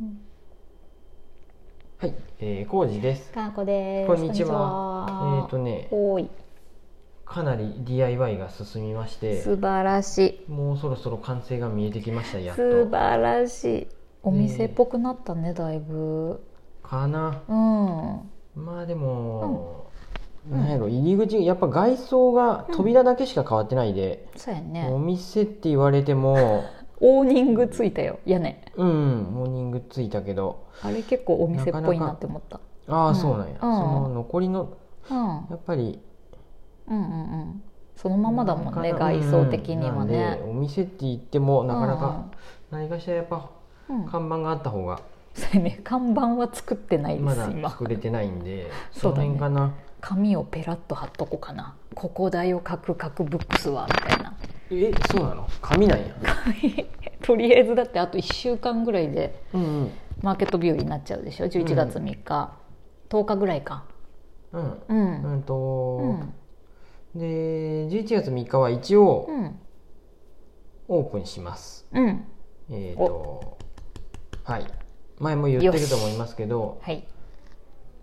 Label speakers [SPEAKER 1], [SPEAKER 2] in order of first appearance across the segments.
[SPEAKER 1] うん
[SPEAKER 2] はい、えー、浩二です。
[SPEAKER 1] かなこです
[SPEAKER 2] こんにち
[SPEAKER 1] こ
[SPEAKER 2] は。えっ、ー、と
[SPEAKER 1] んにちは
[SPEAKER 2] ね、
[SPEAKER 1] おい
[SPEAKER 2] かなり DIY が進みまして、
[SPEAKER 1] 素晴らしい
[SPEAKER 2] もうそろそろ完成が見えてきました。やっ
[SPEAKER 1] 素
[SPEAKER 2] と
[SPEAKER 1] 晴らしいお店っぽくなったねだいぶ
[SPEAKER 2] かな。
[SPEAKER 1] うん
[SPEAKER 2] まあでも、
[SPEAKER 1] うん
[SPEAKER 2] なんやろ入り口やっぱ外装が扉だけしか変わってないで、
[SPEAKER 1] そうや
[SPEAKER 2] お
[SPEAKER 1] ね
[SPEAKER 2] 店って言われて も、
[SPEAKER 1] オーニングついたよ屋根
[SPEAKER 2] うん、モーニングついたけど、
[SPEAKER 1] あれ結構お店っぽ
[SPEAKER 2] な
[SPEAKER 1] い
[SPEAKER 2] かな
[SPEAKER 1] な
[SPEAKER 2] か
[SPEAKER 1] って思った
[SPEAKER 2] あ
[SPEAKER 1] うん
[SPEAKER 2] あそうなんや。
[SPEAKER 1] うん
[SPEAKER 2] その残りの
[SPEAKER 1] うん
[SPEAKER 2] やっぱり
[SPEAKER 1] うんうんうんそのままだもんね
[SPEAKER 2] なかなか
[SPEAKER 1] 外装的には
[SPEAKER 2] うんなんで
[SPEAKER 1] ね
[SPEAKER 2] お店って言ってもなかなか何かしらやっぱ
[SPEAKER 1] うんうん
[SPEAKER 2] 看板があった方が
[SPEAKER 1] そうやね看板は作ってないで
[SPEAKER 2] ますだ
[SPEAKER 1] 今
[SPEAKER 2] 作れてないんで
[SPEAKER 1] そうだね
[SPEAKER 2] の辺かな
[SPEAKER 1] 紙をペラッと貼っとこうかな「ここだよカクカクブックスは」みたいな
[SPEAKER 2] えそうなの紙なんや
[SPEAKER 1] とりあえずだってあと1週間ぐらいで
[SPEAKER 2] うんうん
[SPEAKER 1] マーケット日和になっちゃうでしょ11月3日、10日ぐらいか
[SPEAKER 2] うん
[SPEAKER 1] う
[SPEAKER 2] うんんと、
[SPEAKER 1] うん
[SPEAKER 2] で11月3日は一応
[SPEAKER 1] うん
[SPEAKER 2] オープンします、
[SPEAKER 1] うん
[SPEAKER 2] えっ、とはい前も言ってると思いますけど
[SPEAKER 1] はい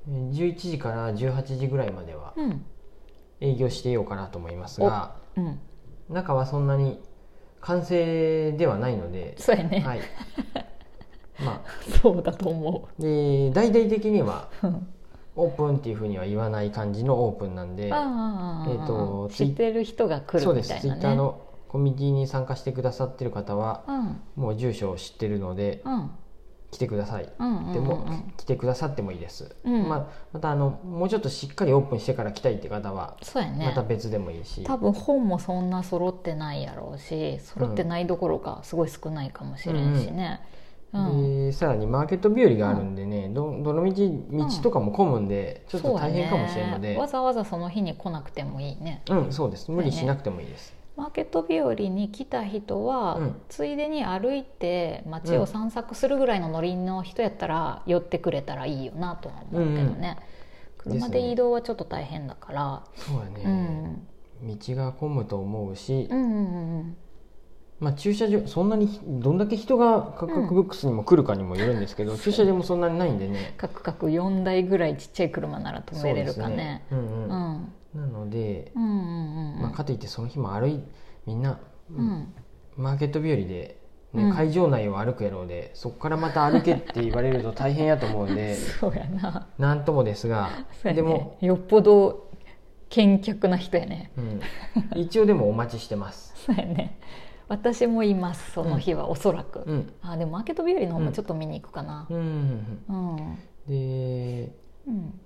[SPEAKER 2] えー11時から18時ぐらいまでは
[SPEAKER 1] うん
[SPEAKER 2] 営業していようかなと思いますが
[SPEAKER 1] うん
[SPEAKER 2] 中はそんなに完成ではないので、
[SPEAKER 1] そうやね、
[SPEAKER 2] はいまあ
[SPEAKER 1] そうだと思
[SPEAKER 2] で大々的には
[SPEAKER 1] ううん
[SPEAKER 2] オープンっていうふうには言わない感じのオープンなんで、
[SPEAKER 1] ああ、
[SPEAKER 2] えーと
[SPEAKER 1] 知ってる人が来
[SPEAKER 2] そうで
[SPEAKER 1] るみ
[SPEAKER 2] す
[SPEAKER 1] たい
[SPEAKER 2] ツイ
[SPEAKER 1] な
[SPEAKER 2] ッター
[SPEAKER 1] ね
[SPEAKER 2] のコミュニティに参加してくださってる方は
[SPEAKER 1] うん
[SPEAKER 2] もう住所を知ってるので
[SPEAKER 1] うん
[SPEAKER 2] 来てください、
[SPEAKER 1] うんうん
[SPEAKER 2] でも、
[SPEAKER 1] うん
[SPEAKER 2] 来てくださってもいいです、
[SPEAKER 1] うん
[SPEAKER 2] まあ、またあのもうちょっとしっかりオープンしてから来たいって方は
[SPEAKER 1] そうやね
[SPEAKER 2] また別でもいいし、
[SPEAKER 1] 多分本もそんな揃ってないやろうし揃ってないどころかすごい少ないかもしれんしねうん、
[SPEAKER 2] でさらにマーケット日和があるんでね、どどの道道とかも混むんでちょっと大変かもしれんの
[SPEAKER 1] そうや
[SPEAKER 2] で
[SPEAKER 1] ねわざわざその日に来なくてもいいね
[SPEAKER 2] うん、そうです無理しなくてもいいです、
[SPEAKER 1] マーケット日和に来た人は、
[SPEAKER 2] うん
[SPEAKER 1] ついでに歩いて街
[SPEAKER 2] う
[SPEAKER 1] を
[SPEAKER 2] ん
[SPEAKER 1] 散策するぐらいのノリの人やったら寄ってくれたらいいよなとは思うけどね、
[SPEAKER 2] うんうん
[SPEAKER 1] 車で移動はちょっと大変だから、
[SPEAKER 2] そうや
[SPEAKER 1] う
[SPEAKER 2] ね、
[SPEAKER 1] ん、
[SPEAKER 2] 道が混むと思うし、
[SPEAKER 1] うんうんうん
[SPEAKER 2] まあ、駐車場そんなにひどんだけ人がカクカクブックスにも来るかにもよるんです けど、駐車場もそんなにないんでね
[SPEAKER 1] カクカク4台ぐらいちっちゃい車なら止めれるかね
[SPEAKER 2] そうですうんう
[SPEAKER 1] うんんうん
[SPEAKER 2] なので、
[SPEAKER 1] うんうんうん
[SPEAKER 2] まあ、かといってその日も歩いみんな、
[SPEAKER 1] うん
[SPEAKER 2] マーケット日和で、ね
[SPEAKER 1] うん
[SPEAKER 2] 会場内を歩くやろうでそこからまた歩けって言われると大変やと思うん で
[SPEAKER 1] そうやな
[SPEAKER 2] なんともですが、
[SPEAKER 1] そうやね
[SPEAKER 2] でも、
[SPEAKER 1] よっぽど健脚な人やね
[SPEAKER 2] うん、一応でもお待ちしてます。
[SPEAKER 1] そうやね私もいますその日はおそらく、
[SPEAKER 2] うん
[SPEAKER 1] あでもマーケット日和の方もちょっと見に行くかな
[SPEAKER 2] うんうん
[SPEAKER 1] うん、
[SPEAKER 2] うん、で
[SPEAKER 1] うん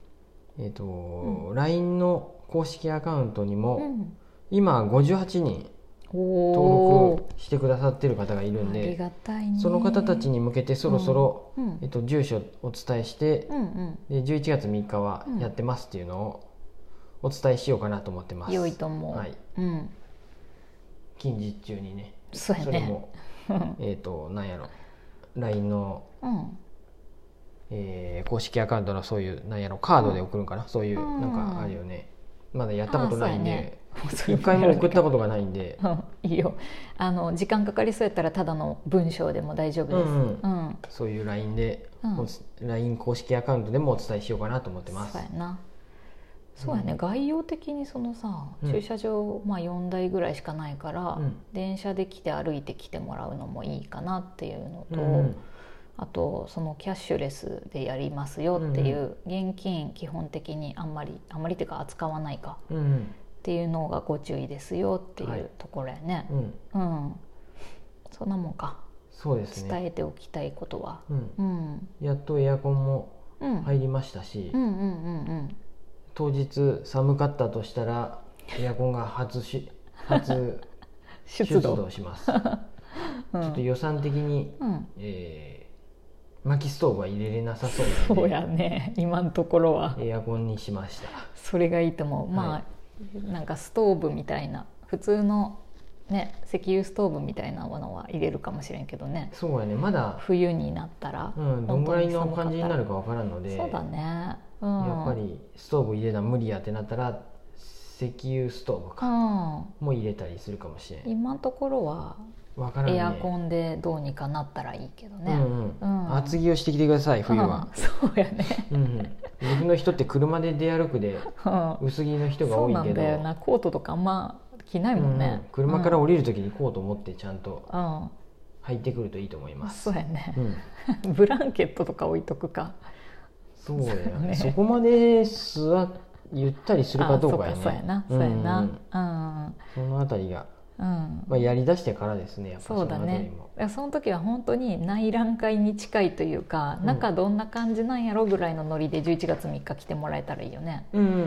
[SPEAKER 2] えっ、と、LINE の公式アカウントに
[SPEAKER 1] う
[SPEAKER 2] も、
[SPEAKER 1] ん、
[SPEAKER 2] 今58人
[SPEAKER 1] お
[SPEAKER 2] 登
[SPEAKER 1] お
[SPEAKER 2] 録してくださってる方がいるん
[SPEAKER 1] あり
[SPEAKER 2] で
[SPEAKER 1] がたいね
[SPEAKER 2] その方たちに向けてそろそろ、
[SPEAKER 1] うんうん
[SPEAKER 2] えっと、住所お伝えして
[SPEAKER 1] う、ん
[SPEAKER 2] で11月3日はやってますっていうのをお伝えしようかなと思ってま
[SPEAKER 1] うん
[SPEAKER 2] す、
[SPEAKER 1] 良いと思う、
[SPEAKER 2] はい、
[SPEAKER 1] うん
[SPEAKER 2] 近日中にね
[SPEAKER 1] そうや
[SPEAKER 2] それ
[SPEAKER 1] ね
[SPEAKER 2] も
[SPEAKER 1] うん
[SPEAKER 2] えっ、となんやろ LINE の、
[SPEAKER 1] うん
[SPEAKER 2] えー公式アカウントのそういうなんやろカードで送るんかな、そういう
[SPEAKER 1] うん
[SPEAKER 2] なんかあるよねまだやったことないん
[SPEAKER 1] あそうやね
[SPEAKER 2] で
[SPEAKER 1] そ
[SPEAKER 2] 一、
[SPEAKER 1] れ
[SPEAKER 2] 回も送ったことがないんで
[SPEAKER 1] うんいいよあの時間かかりそうやったらただの文章でも大丈夫です
[SPEAKER 2] う
[SPEAKER 1] うんん、
[SPEAKER 2] うそういう LINE で、
[SPEAKER 1] うん
[SPEAKER 2] おつ LINE 公式アカウントでもお伝えしようかなと思ってます
[SPEAKER 1] そうやなそうやね、概要的にそのさ
[SPEAKER 2] うん
[SPEAKER 1] 駐車場、まあ、4台ぐらいしかないから、
[SPEAKER 2] うん
[SPEAKER 1] 電車で来て歩いて来てもらうのもいいかなっていうのと、
[SPEAKER 2] うん
[SPEAKER 1] あとそのキャッシュレスでやりますよっていう、現金基本的にあんまりあんまりっていうか扱わないか
[SPEAKER 2] うんうん
[SPEAKER 1] っていうのがご注意ですよってい
[SPEAKER 2] はいう
[SPEAKER 1] ところやね、
[SPEAKER 2] うん
[SPEAKER 1] うんそんなもんか
[SPEAKER 2] そうです
[SPEAKER 1] 伝
[SPEAKER 2] ね、
[SPEAKER 1] えておきたいことは、
[SPEAKER 2] うん、
[SPEAKER 1] うん
[SPEAKER 2] やっとエアコンも
[SPEAKER 1] うん、
[SPEAKER 2] 入りましたし、
[SPEAKER 1] うんうんうんうん
[SPEAKER 2] 当日寒かったとしたらエアコンが初 し初出動しますち
[SPEAKER 1] うん
[SPEAKER 2] ょっと予算的に、
[SPEAKER 1] うん
[SPEAKER 2] えー薪ストーブは入れれなさそうな
[SPEAKER 1] そう
[SPEAKER 2] の
[SPEAKER 1] や
[SPEAKER 2] で
[SPEAKER 1] ね今のところは
[SPEAKER 2] エアコンにしました
[SPEAKER 1] それがいいと思うまあ、
[SPEAKER 2] は
[SPEAKER 1] なんかストーブみたいな普通のね石油ストーブみたいなものは入れるかもしれんけどね
[SPEAKER 2] そうやねまだ、
[SPEAKER 1] 冬になったら、
[SPEAKER 2] うん、どんぐらいの感じになるかわからんので
[SPEAKER 1] そうだね、うん、
[SPEAKER 2] やっぱりストーブ入れな無理やってなったら石油ストーブか
[SPEAKER 1] うん
[SPEAKER 2] も入れたりするかもしれない
[SPEAKER 1] 今のところは
[SPEAKER 2] わからんね
[SPEAKER 1] エアコンでどうにかなったらいいけどね、
[SPEAKER 2] うんうん
[SPEAKER 1] うん
[SPEAKER 2] 厚着をしてきてください冬は、
[SPEAKER 1] うんそうやね、
[SPEAKER 2] うんうん、岐阜の人って車で出歩くで
[SPEAKER 1] うん
[SPEAKER 2] 薄着の人が
[SPEAKER 1] そ
[SPEAKER 2] 多
[SPEAKER 1] う
[SPEAKER 2] い
[SPEAKER 1] な
[SPEAKER 2] け
[SPEAKER 1] ん
[SPEAKER 2] ど
[SPEAKER 1] だよなコートとかあんま着ないもん
[SPEAKER 2] うんうん
[SPEAKER 1] ね、
[SPEAKER 2] 車から
[SPEAKER 1] うん、
[SPEAKER 2] 降りる時にコート持ってちゃんと
[SPEAKER 1] うん
[SPEAKER 2] 入ってくるといいと思います、
[SPEAKER 1] そうやね
[SPEAKER 2] う、ん、
[SPEAKER 1] ブランケットとか置いとくか
[SPEAKER 2] そうだよ
[SPEAKER 1] そうね
[SPEAKER 2] ねそこまで座っゆったりするかどうかや
[SPEAKER 1] あ
[SPEAKER 2] ね
[SPEAKER 1] そうかそうやなそうや
[SPEAKER 2] ん
[SPEAKER 1] なんうん
[SPEAKER 2] うんそのあたりが、
[SPEAKER 1] うん、
[SPEAKER 2] まあ、やりだしてからですねやっぱ
[SPEAKER 1] そうだ
[SPEAKER 2] のあたり
[SPEAKER 1] ね
[SPEAKER 2] も
[SPEAKER 1] いやその時は本当に内覧会に近いというか、
[SPEAKER 2] うん
[SPEAKER 1] 中どんな感じなんやろぐらいのノリで11月3日来てもらえたらいいよね
[SPEAKER 2] うんうんうん
[SPEAKER 1] う
[SPEAKER 2] う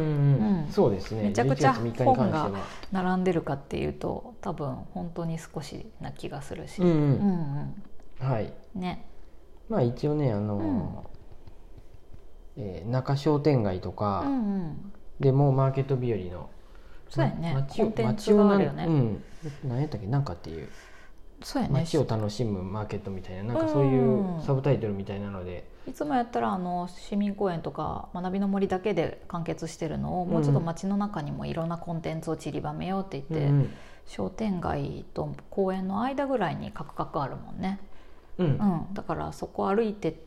[SPEAKER 2] んんそうですね
[SPEAKER 1] めちゃくちゃ
[SPEAKER 2] 11月3日に関しては
[SPEAKER 1] 本が並んでるかっていうと多分本当に少しな気がするし、
[SPEAKER 2] うんう
[SPEAKER 1] う
[SPEAKER 2] ん
[SPEAKER 1] ん
[SPEAKER 2] はい
[SPEAKER 1] うん、ね
[SPEAKER 2] まあ一応ねあの、えー中商店街と
[SPEAKER 1] う
[SPEAKER 2] か、
[SPEAKER 1] んうん
[SPEAKER 2] でもうマーケット日和の
[SPEAKER 1] そうやね
[SPEAKER 2] ま街を
[SPEAKER 1] コンテンツがあるよ
[SPEAKER 2] 街をな
[SPEAKER 1] ね
[SPEAKER 2] んうん、何やったっけなんかっていう
[SPEAKER 1] そうやね
[SPEAKER 2] 街を楽しむマーケットみたいななんかそうい
[SPEAKER 1] ん
[SPEAKER 2] うサブタイトルみたいなので、
[SPEAKER 1] いつもやったらあの市民公園とか学びの森だけで完結してるのをもうちょっと街の中にもいろんなコンテンツを散りばめようって
[SPEAKER 2] うん
[SPEAKER 1] 言って、商店街と公園の間ぐらいにカクカクあるもんね、
[SPEAKER 2] うんうん
[SPEAKER 1] うん、だからそこ歩いて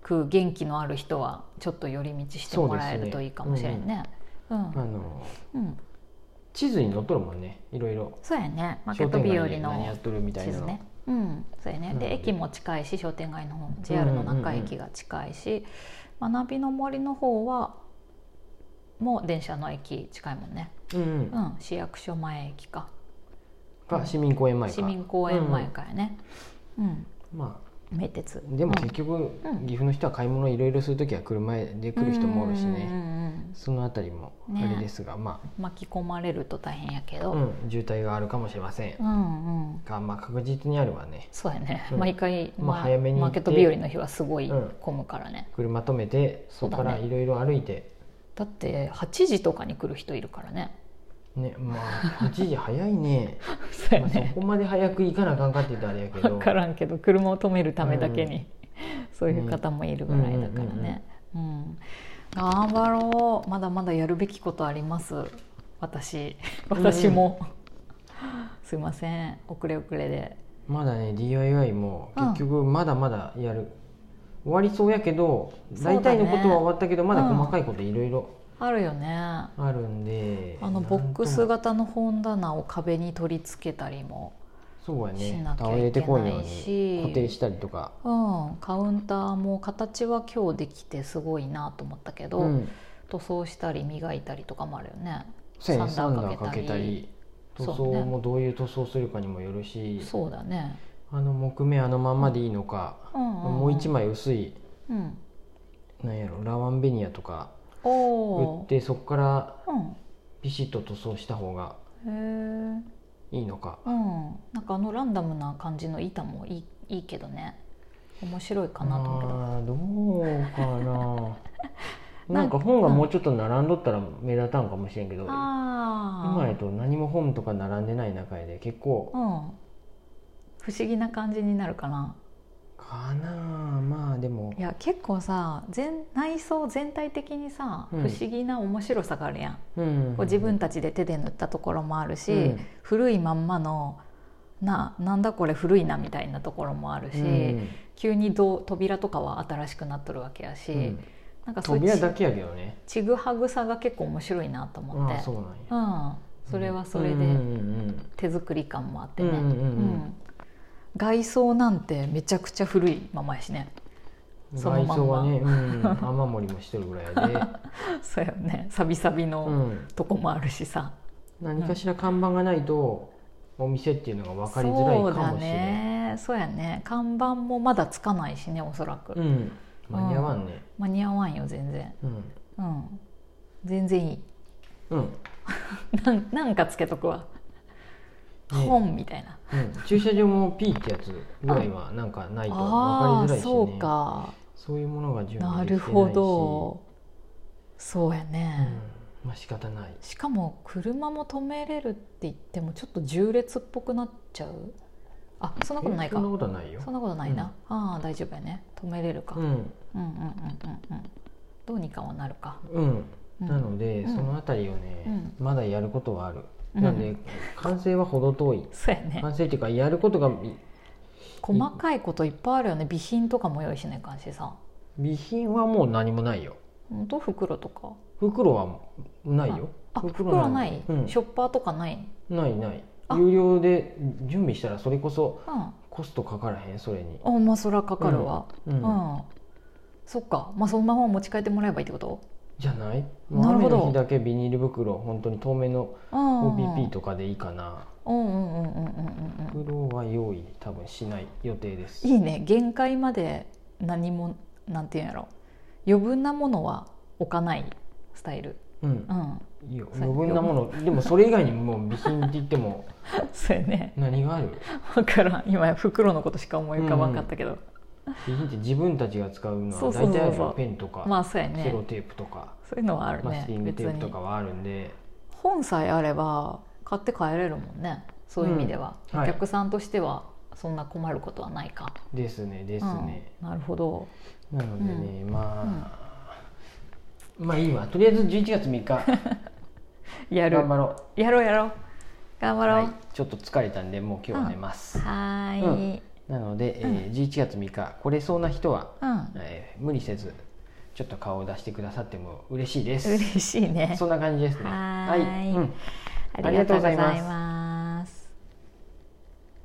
[SPEAKER 1] く元気のある人はちょっと寄り道してもらえ
[SPEAKER 2] そうです
[SPEAKER 1] る
[SPEAKER 2] ね
[SPEAKER 1] といいかもしれんね。うん
[SPEAKER 2] あの
[SPEAKER 1] うん
[SPEAKER 2] 地図に載っとるもんねいろいろ
[SPEAKER 1] そうやねマーケ
[SPEAKER 2] 商
[SPEAKER 1] ット
[SPEAKER 2] 店
[SPEAKER 1] 日和
[SPEAKER 2] 街で何や
[SPEAKER 1] の
[SPEAKER 2] っとるみたいな
[SPEAKER 1] 地図
[SPEAKER 2] の、
[SPEAKER 1] ね。うん、そうやね
[SPEAKER 2] うん
[SPEAKER 1] で駅も近いし商店街の方 JR の中駅が近いし、学びの森の方はもう電車の駅近いもんね、
[SPEAKER 2] うんうん
[SPEAKER 1] うん、市役所前駅か
[SPEAKER 2] か市民公園前か
[SPEAKER 1] 市民公園前かやね、うん
[SPEAKER 2] まあ
[SPEAKER 1] 名鉄
[SPEAKER 2] でも結局、
[SPEAKER 1] うん
[SPEAKER 2] 岐阜の人は買い物いろいろする時は車で来る人もおるしね、
[SPEAKER 1] うんうんうん
[SPEAKER 2] そのあたりもあ
[SPEAKER 1] ね
[SPEAKER 2] れですが、ま
[SPEAKER 1] うん巻き込まれると大変やけ
[SPEAKER 2] あ、
[SPEAKER 1] ど、
[SPEAKER 2] うん、渋滞があるかもしれません
[SPEAKER 1] う、んうん
[SPEAKER 2] がまあ確実にあるわね
[SPEAKER 1] そうやね、
[SPEAKER 2] うん
[SPEAKER 1] 毎回、
[SPEAKER 2] まあ早めに行
[SPEAKER 1] マー
[SPEAKER 2] っ
[SPEAKER 1] ケ
[SPEAKER 2] て
[SPEAKER 1] ット日和の日はすごい
[SPEAKER 2] うん
[SPEAKER 1] 混むからね、
[SPEAKER 2] 車止めて
[SPEAKER 1] そ
[SPEAKER 2] そうこ
[SPEAKER 1] だ
[SPEAKER 2] か
[SPEAKER 1] ね
[SPEAKER 2] らいろいろ歩いて
[SPEAKER 1] だって8時とかに来る人いるから ね
[SPEAKER 2] ねまあ8時早いね
[SPEAKER 1] そう
[SPEAKER 2] ま
[SPEAKER 1] や
[SPEAKER 2] あそ
[SPEAKER 1] ね
[SPEAKER 2] こまで早く行かなあかんかって言ったらあれやけど
[SPEAKER 1] 分からんけど車を止めるためだけに、そういう方もいるぐらいだからね、うん頑張ろうまだまだやるべきことあります私
[SPEAKER 2] うん
[SPEAKER 1] 私も、すいません遅れ遅れで
[SPEAKER 2] まだね DIY も
[SPEAKER 1] うん
[SPEAKER 2] 結局まだまだやる、終わりそうやけど
[SPEAKER 1] そうだね
[SPEAKER 2] 大体のことは終わったけどまだ細かいこといろいろ
[SPEAKER 1] あるよね
[SPEAKER 2] あるんで、
[SPEAKER 1] あのボックス型の本棚を壁に取り付けたりも、
[SPEAKER 2] そうや
[SPEAKER 1] し
[SPEAKER 2] ね
[SPEAKER 1] なきゃ
[SPEAKER 2] 倒れてこんよう
[SPEAKER 1] いけない
[SPEAKER 2] に
[SPEAKER 1] し
[SPEAKER 2] 固定したりとか、
[SPEAKER 1] うん、カウンターも形は今日できてすごいなと思ったけど、
[SPEAKER 2] うん、
[SPEAKER 1] 塗装したり磨いたりとかもあるよね
[SPEAKER 2] そうやね
[SPEAKER 1] サ
[SPEAKER 2] サ
[SPEAKER 1] ン
[SPEAKER 2] ン
[SPEAKER 1] ダ
[SPEAKER 2] ダ
[SPEAKER 1] ー
[SPEAKER 2] ー
[SPEAKER 1] か
[SPEAKER 2] か
[SPEAKER 1] け
[SPEAKER 2] け
[SPEAKER 1] た
[SPEAKER 2] た
[SPEAKER 1] り
[SPEAKER 2] り塗装
[SPEAKER 1] そうね
[SPEAKER 2] もどういう塗装するかにもよるし、
[SPEAKER 1] そうだね、
[SPEAKER 2] あの木目あのまんまでいいのか、
[SPEAKER 1] うんうんうん
[SPEAKER 2] もう一枚薄い
[SPEAKER 1] うん、
[SPEAKER 2] なんやろラワンベニアとか
[SPEAKER 1] お
[SPEAKER 2] 売っ
[SPEAKER 1] お
[SPEAKER 2] てそこから
[SPEAKER 1] ー、うん
[SPEAKER 2] ビシッと塗装した方が
[SPEAKER 1] へえ
[SPEAKER 2] いいのか
[SPEAKER 1] うんなんかあのランダムな感じの板もいいいいけどね面白いかなと思うけど
[SPEAKER 2] あーどう かななんか本がもうちょっと並んどったら目立たんかもしれんけど
[SPEAKER 1] ああ
[SPEAKER 2] 今やと何も本とか並んでない中やで結構
[SPEAKER 1] うん不思議な感じになるかな
[SPEAKER 2] かなあまあでも
[SPEAKER 1] いや結構さ全内装全体的にさ、
[SPEAKER 2] うん
[SPEAKER 1] 不思議な面白さがあるやん、
[SPEAKER 2] うん
[SPEAKER 1] こう自分たちで手で塗ったところもあるし、
[SPEAKER 2] うん
[SPEAKER 1] 古いまんまのななんだこれ古いなみたいなところもあるし、
[SPEAKER 2] うん
[SPEAKER 1] 急にどう扉とかは新しくなっとるわけやし、
[SPEAKER 2] うん
[SPEAKER 1] なんかそうい
[SPEAKER 2] 扉
[SPEAKER 1] う
[SPEAKER 2] だけやけどね
[SPEAKER 1] ちちぐはぐさが結構面白いなと思っ
[SPEAKER 2] ああ
[SPEAKER 1] て
[SPEAKER 2] そうなんや
[SPEAKER 1] うん、それはそれ
[SPEAKER 2] うんうん
[SPEAKER 1] で
[SPEAKER 2] うん
[SPEAKER 1] 手作り感もあってね、
[SPEAKER 2] うんうんうんうん
[SPEAKER 1] うん外装なんてめちゃくちゃ古いままやしね
[SPEAKER 2] うん
[SPEAKER 1] そのまん
[SPEAKER 2] 外
[SPEAKER 1] ま
[SPEAKER 2] 装はね、うん、 雨漏りもしてるぐらいやで、
[SPEAKER 1] そうよねサビサビの、
[SPEAKER 2] うん、
[SPEAKER 1] とこもあるしさ
[SPEAKER 2] 何かしら看板がないとお店っていうのが分かりづらいかもしれない、
[SPEAKER 1] そうだねそうやね看板もまだつかないしねおそらく、
[SPEAKER 2] うん、間に合わんね
[SPEAKER 1] 間に合わんよ全然
[SPEAKER 2] うん、
[SPEAKER 1] うん全然いい
[SPEAKER 2] うん
[SPEAKER 1] なんなんかつけとくわ、
[SPEAKER 2] ね
[SPEAKER 1] 本みたいな
[SPEAKER 2] うん駐車場も P ってやつぐらいはなんかないと分
[SPEAKER 1] あ
[SPEAKER 2] か
[SPEAKER 1] あ
[SPEAKER 2] りづらいし、ね、
[SPEAKER 1] そうか
[SPEAKER 2] そういうものが準
[SPEAKER 1] な
[SPEAKER 2] 備で
[SPEAKER 1] る
[SPEAKER 2] きて
[SPEAKER 1] ほ
[SPEAKER 2] ないし
[SPEAKER 1] どそうや
[SPEAKER 2] うん
[SPEAKER 1] ね、
[SPEAKER 2] まあ仕方ない
[SPEAKER 1] しかも車も止めれるって言ってもちょっと重列っぽくなっちゃうあそんなことない
[SPEAKER 2] え
[SPEAKER 1] か
[SPEAKER 2] そんなことはないよ
[SPEAKER 1] そんなことないな、ああ大丈夫やね止めれるか、
[SPEAKER 2] うん
[SPEAKER 1] うんうんうんうんうんどうにかはなるか
[SPEAKER 2] うん
[SPEAKER 1] うん
[SPEAKER 2] なので、
[SPEAKER 1] うん
[SPEAKER 2] そのあたりをね、
[SPEAKER 1] うん
[SPEAKER 2] まだやることはある、
[SPEAKER 1] うん
[SPEAKER 2] なので完成は程遠い
[SPEAKER 1] そうや ね
[SPEAKER 2] 完成っていうかやることが
[SPEAKER 1] 細かいこといっぱいあるよね備品とかも用意しない感じさ
[SPEAKER 2] 備品はもう何もないよ
[SPEAKER 1] ほんと袋とか
[SPEAKER 2] 袋はないよ
[SPEAKER 1] あ袋ない、
[SPEAKER 2] うん
[SPEAKER 1] ショッパーとかない、
[SPEAKER 2] ないない
[SPEAKER 1] あ
[SPEAKER 2] 有料で準備したらそれこそ
[SPEAKER 1] うん、あ
[SPEAKER 2] コストかからへんそれに
[SPEAKER 1] まあそらかかるわ
[SPEAKER 2] う、
[SPEAKER 1] うんん、そっかまあそのまま持ち帰ってもらえばいいってこと
[SPEAKER 2] じゃない
[SPEAKER 1] なるほ
[SPEAKER 2] 雨
[SPEAKER 1] ど
[SPEAKER 2] の日だけビニール袋本当に透明の
[SPEAKER 1] うん
[SPEAKER 2] OPP とかでいいかな
[SPEAKER 1] うんうんうんうんうんうん
[SPEAKER 2] 袋は用意多分しない予定です
[SPEAKER 1] いいね限界まで何もなんていうんやろ余分なものは置かないスタイル
[SPEAKER 2] うん
[SPEAKER 1] う、ん
[SPEAKER 2] いいよ
[SPEAKER 1] そう
[SPEAKER 2] 余分なものでもそれ以外にもう備品って言っても
[SPEAKER 1] そうやね
[SPEAKER 2] 何がある
[SPEAKER 1] 分からん今袋のことしか思い浮かばんかったけど、
[SPEAKER 2] 備品って自分たちが使うの
[SPEAKER 1] そ
[SPEAKER 2] は
[SPEAKER 1] うそう
[SPEAKER 2] 大
[SPEAKER 1] そうそう
[SPEAKER 2] 体あるよペンとか、
[SPEAKER 1] まあそうや
[SPEAKER 2] セ
[SPEAKER 1] ね
[SPEAKER 2] ロテープとか、
[SPEAKER 1] そういうのはある
[SPEAKER 2] マス
[SPEAKER 1] ね
[SPEAKER 2] キングテープとかはあるんで
[SPEAKER 1] 本さえあれば買って帰れるもんねそういう意味では、
[SPEAKER 2] うんはい
[SPEAKER 1] お客さんとしてはそんな困ることはないか
[SPEAKER 2] ですねですね、
[SPEAKER 1] うんなるほど
[SPEAKER 2] なのでね、まあ、まあいいわとりあえず11月3日
[SPEAKER 1] やる
[SPEAKER 2] 頑張ろう
[SPEAKER 1] やろうやろう頑張ろう
[SPEAKER 2] はい、ちょっと疲れたんでもう今日は寝ます、
[SPEAKER 1] はーい
[SPEAKER 2] なので、えー11月3日来れそうな人は、
[SPEAKER 1] うん、
[SPEAKER 2] えー無理せずちょっと顔を出してくださっても嬉しいです
[SPEAKER 1] 嬉しいね
[SPEAKER 2] そんな感じですね
[SPEAKER 1] はーい
[SPEAKER 2] うん
[SPEAKER 1] ありがとうございます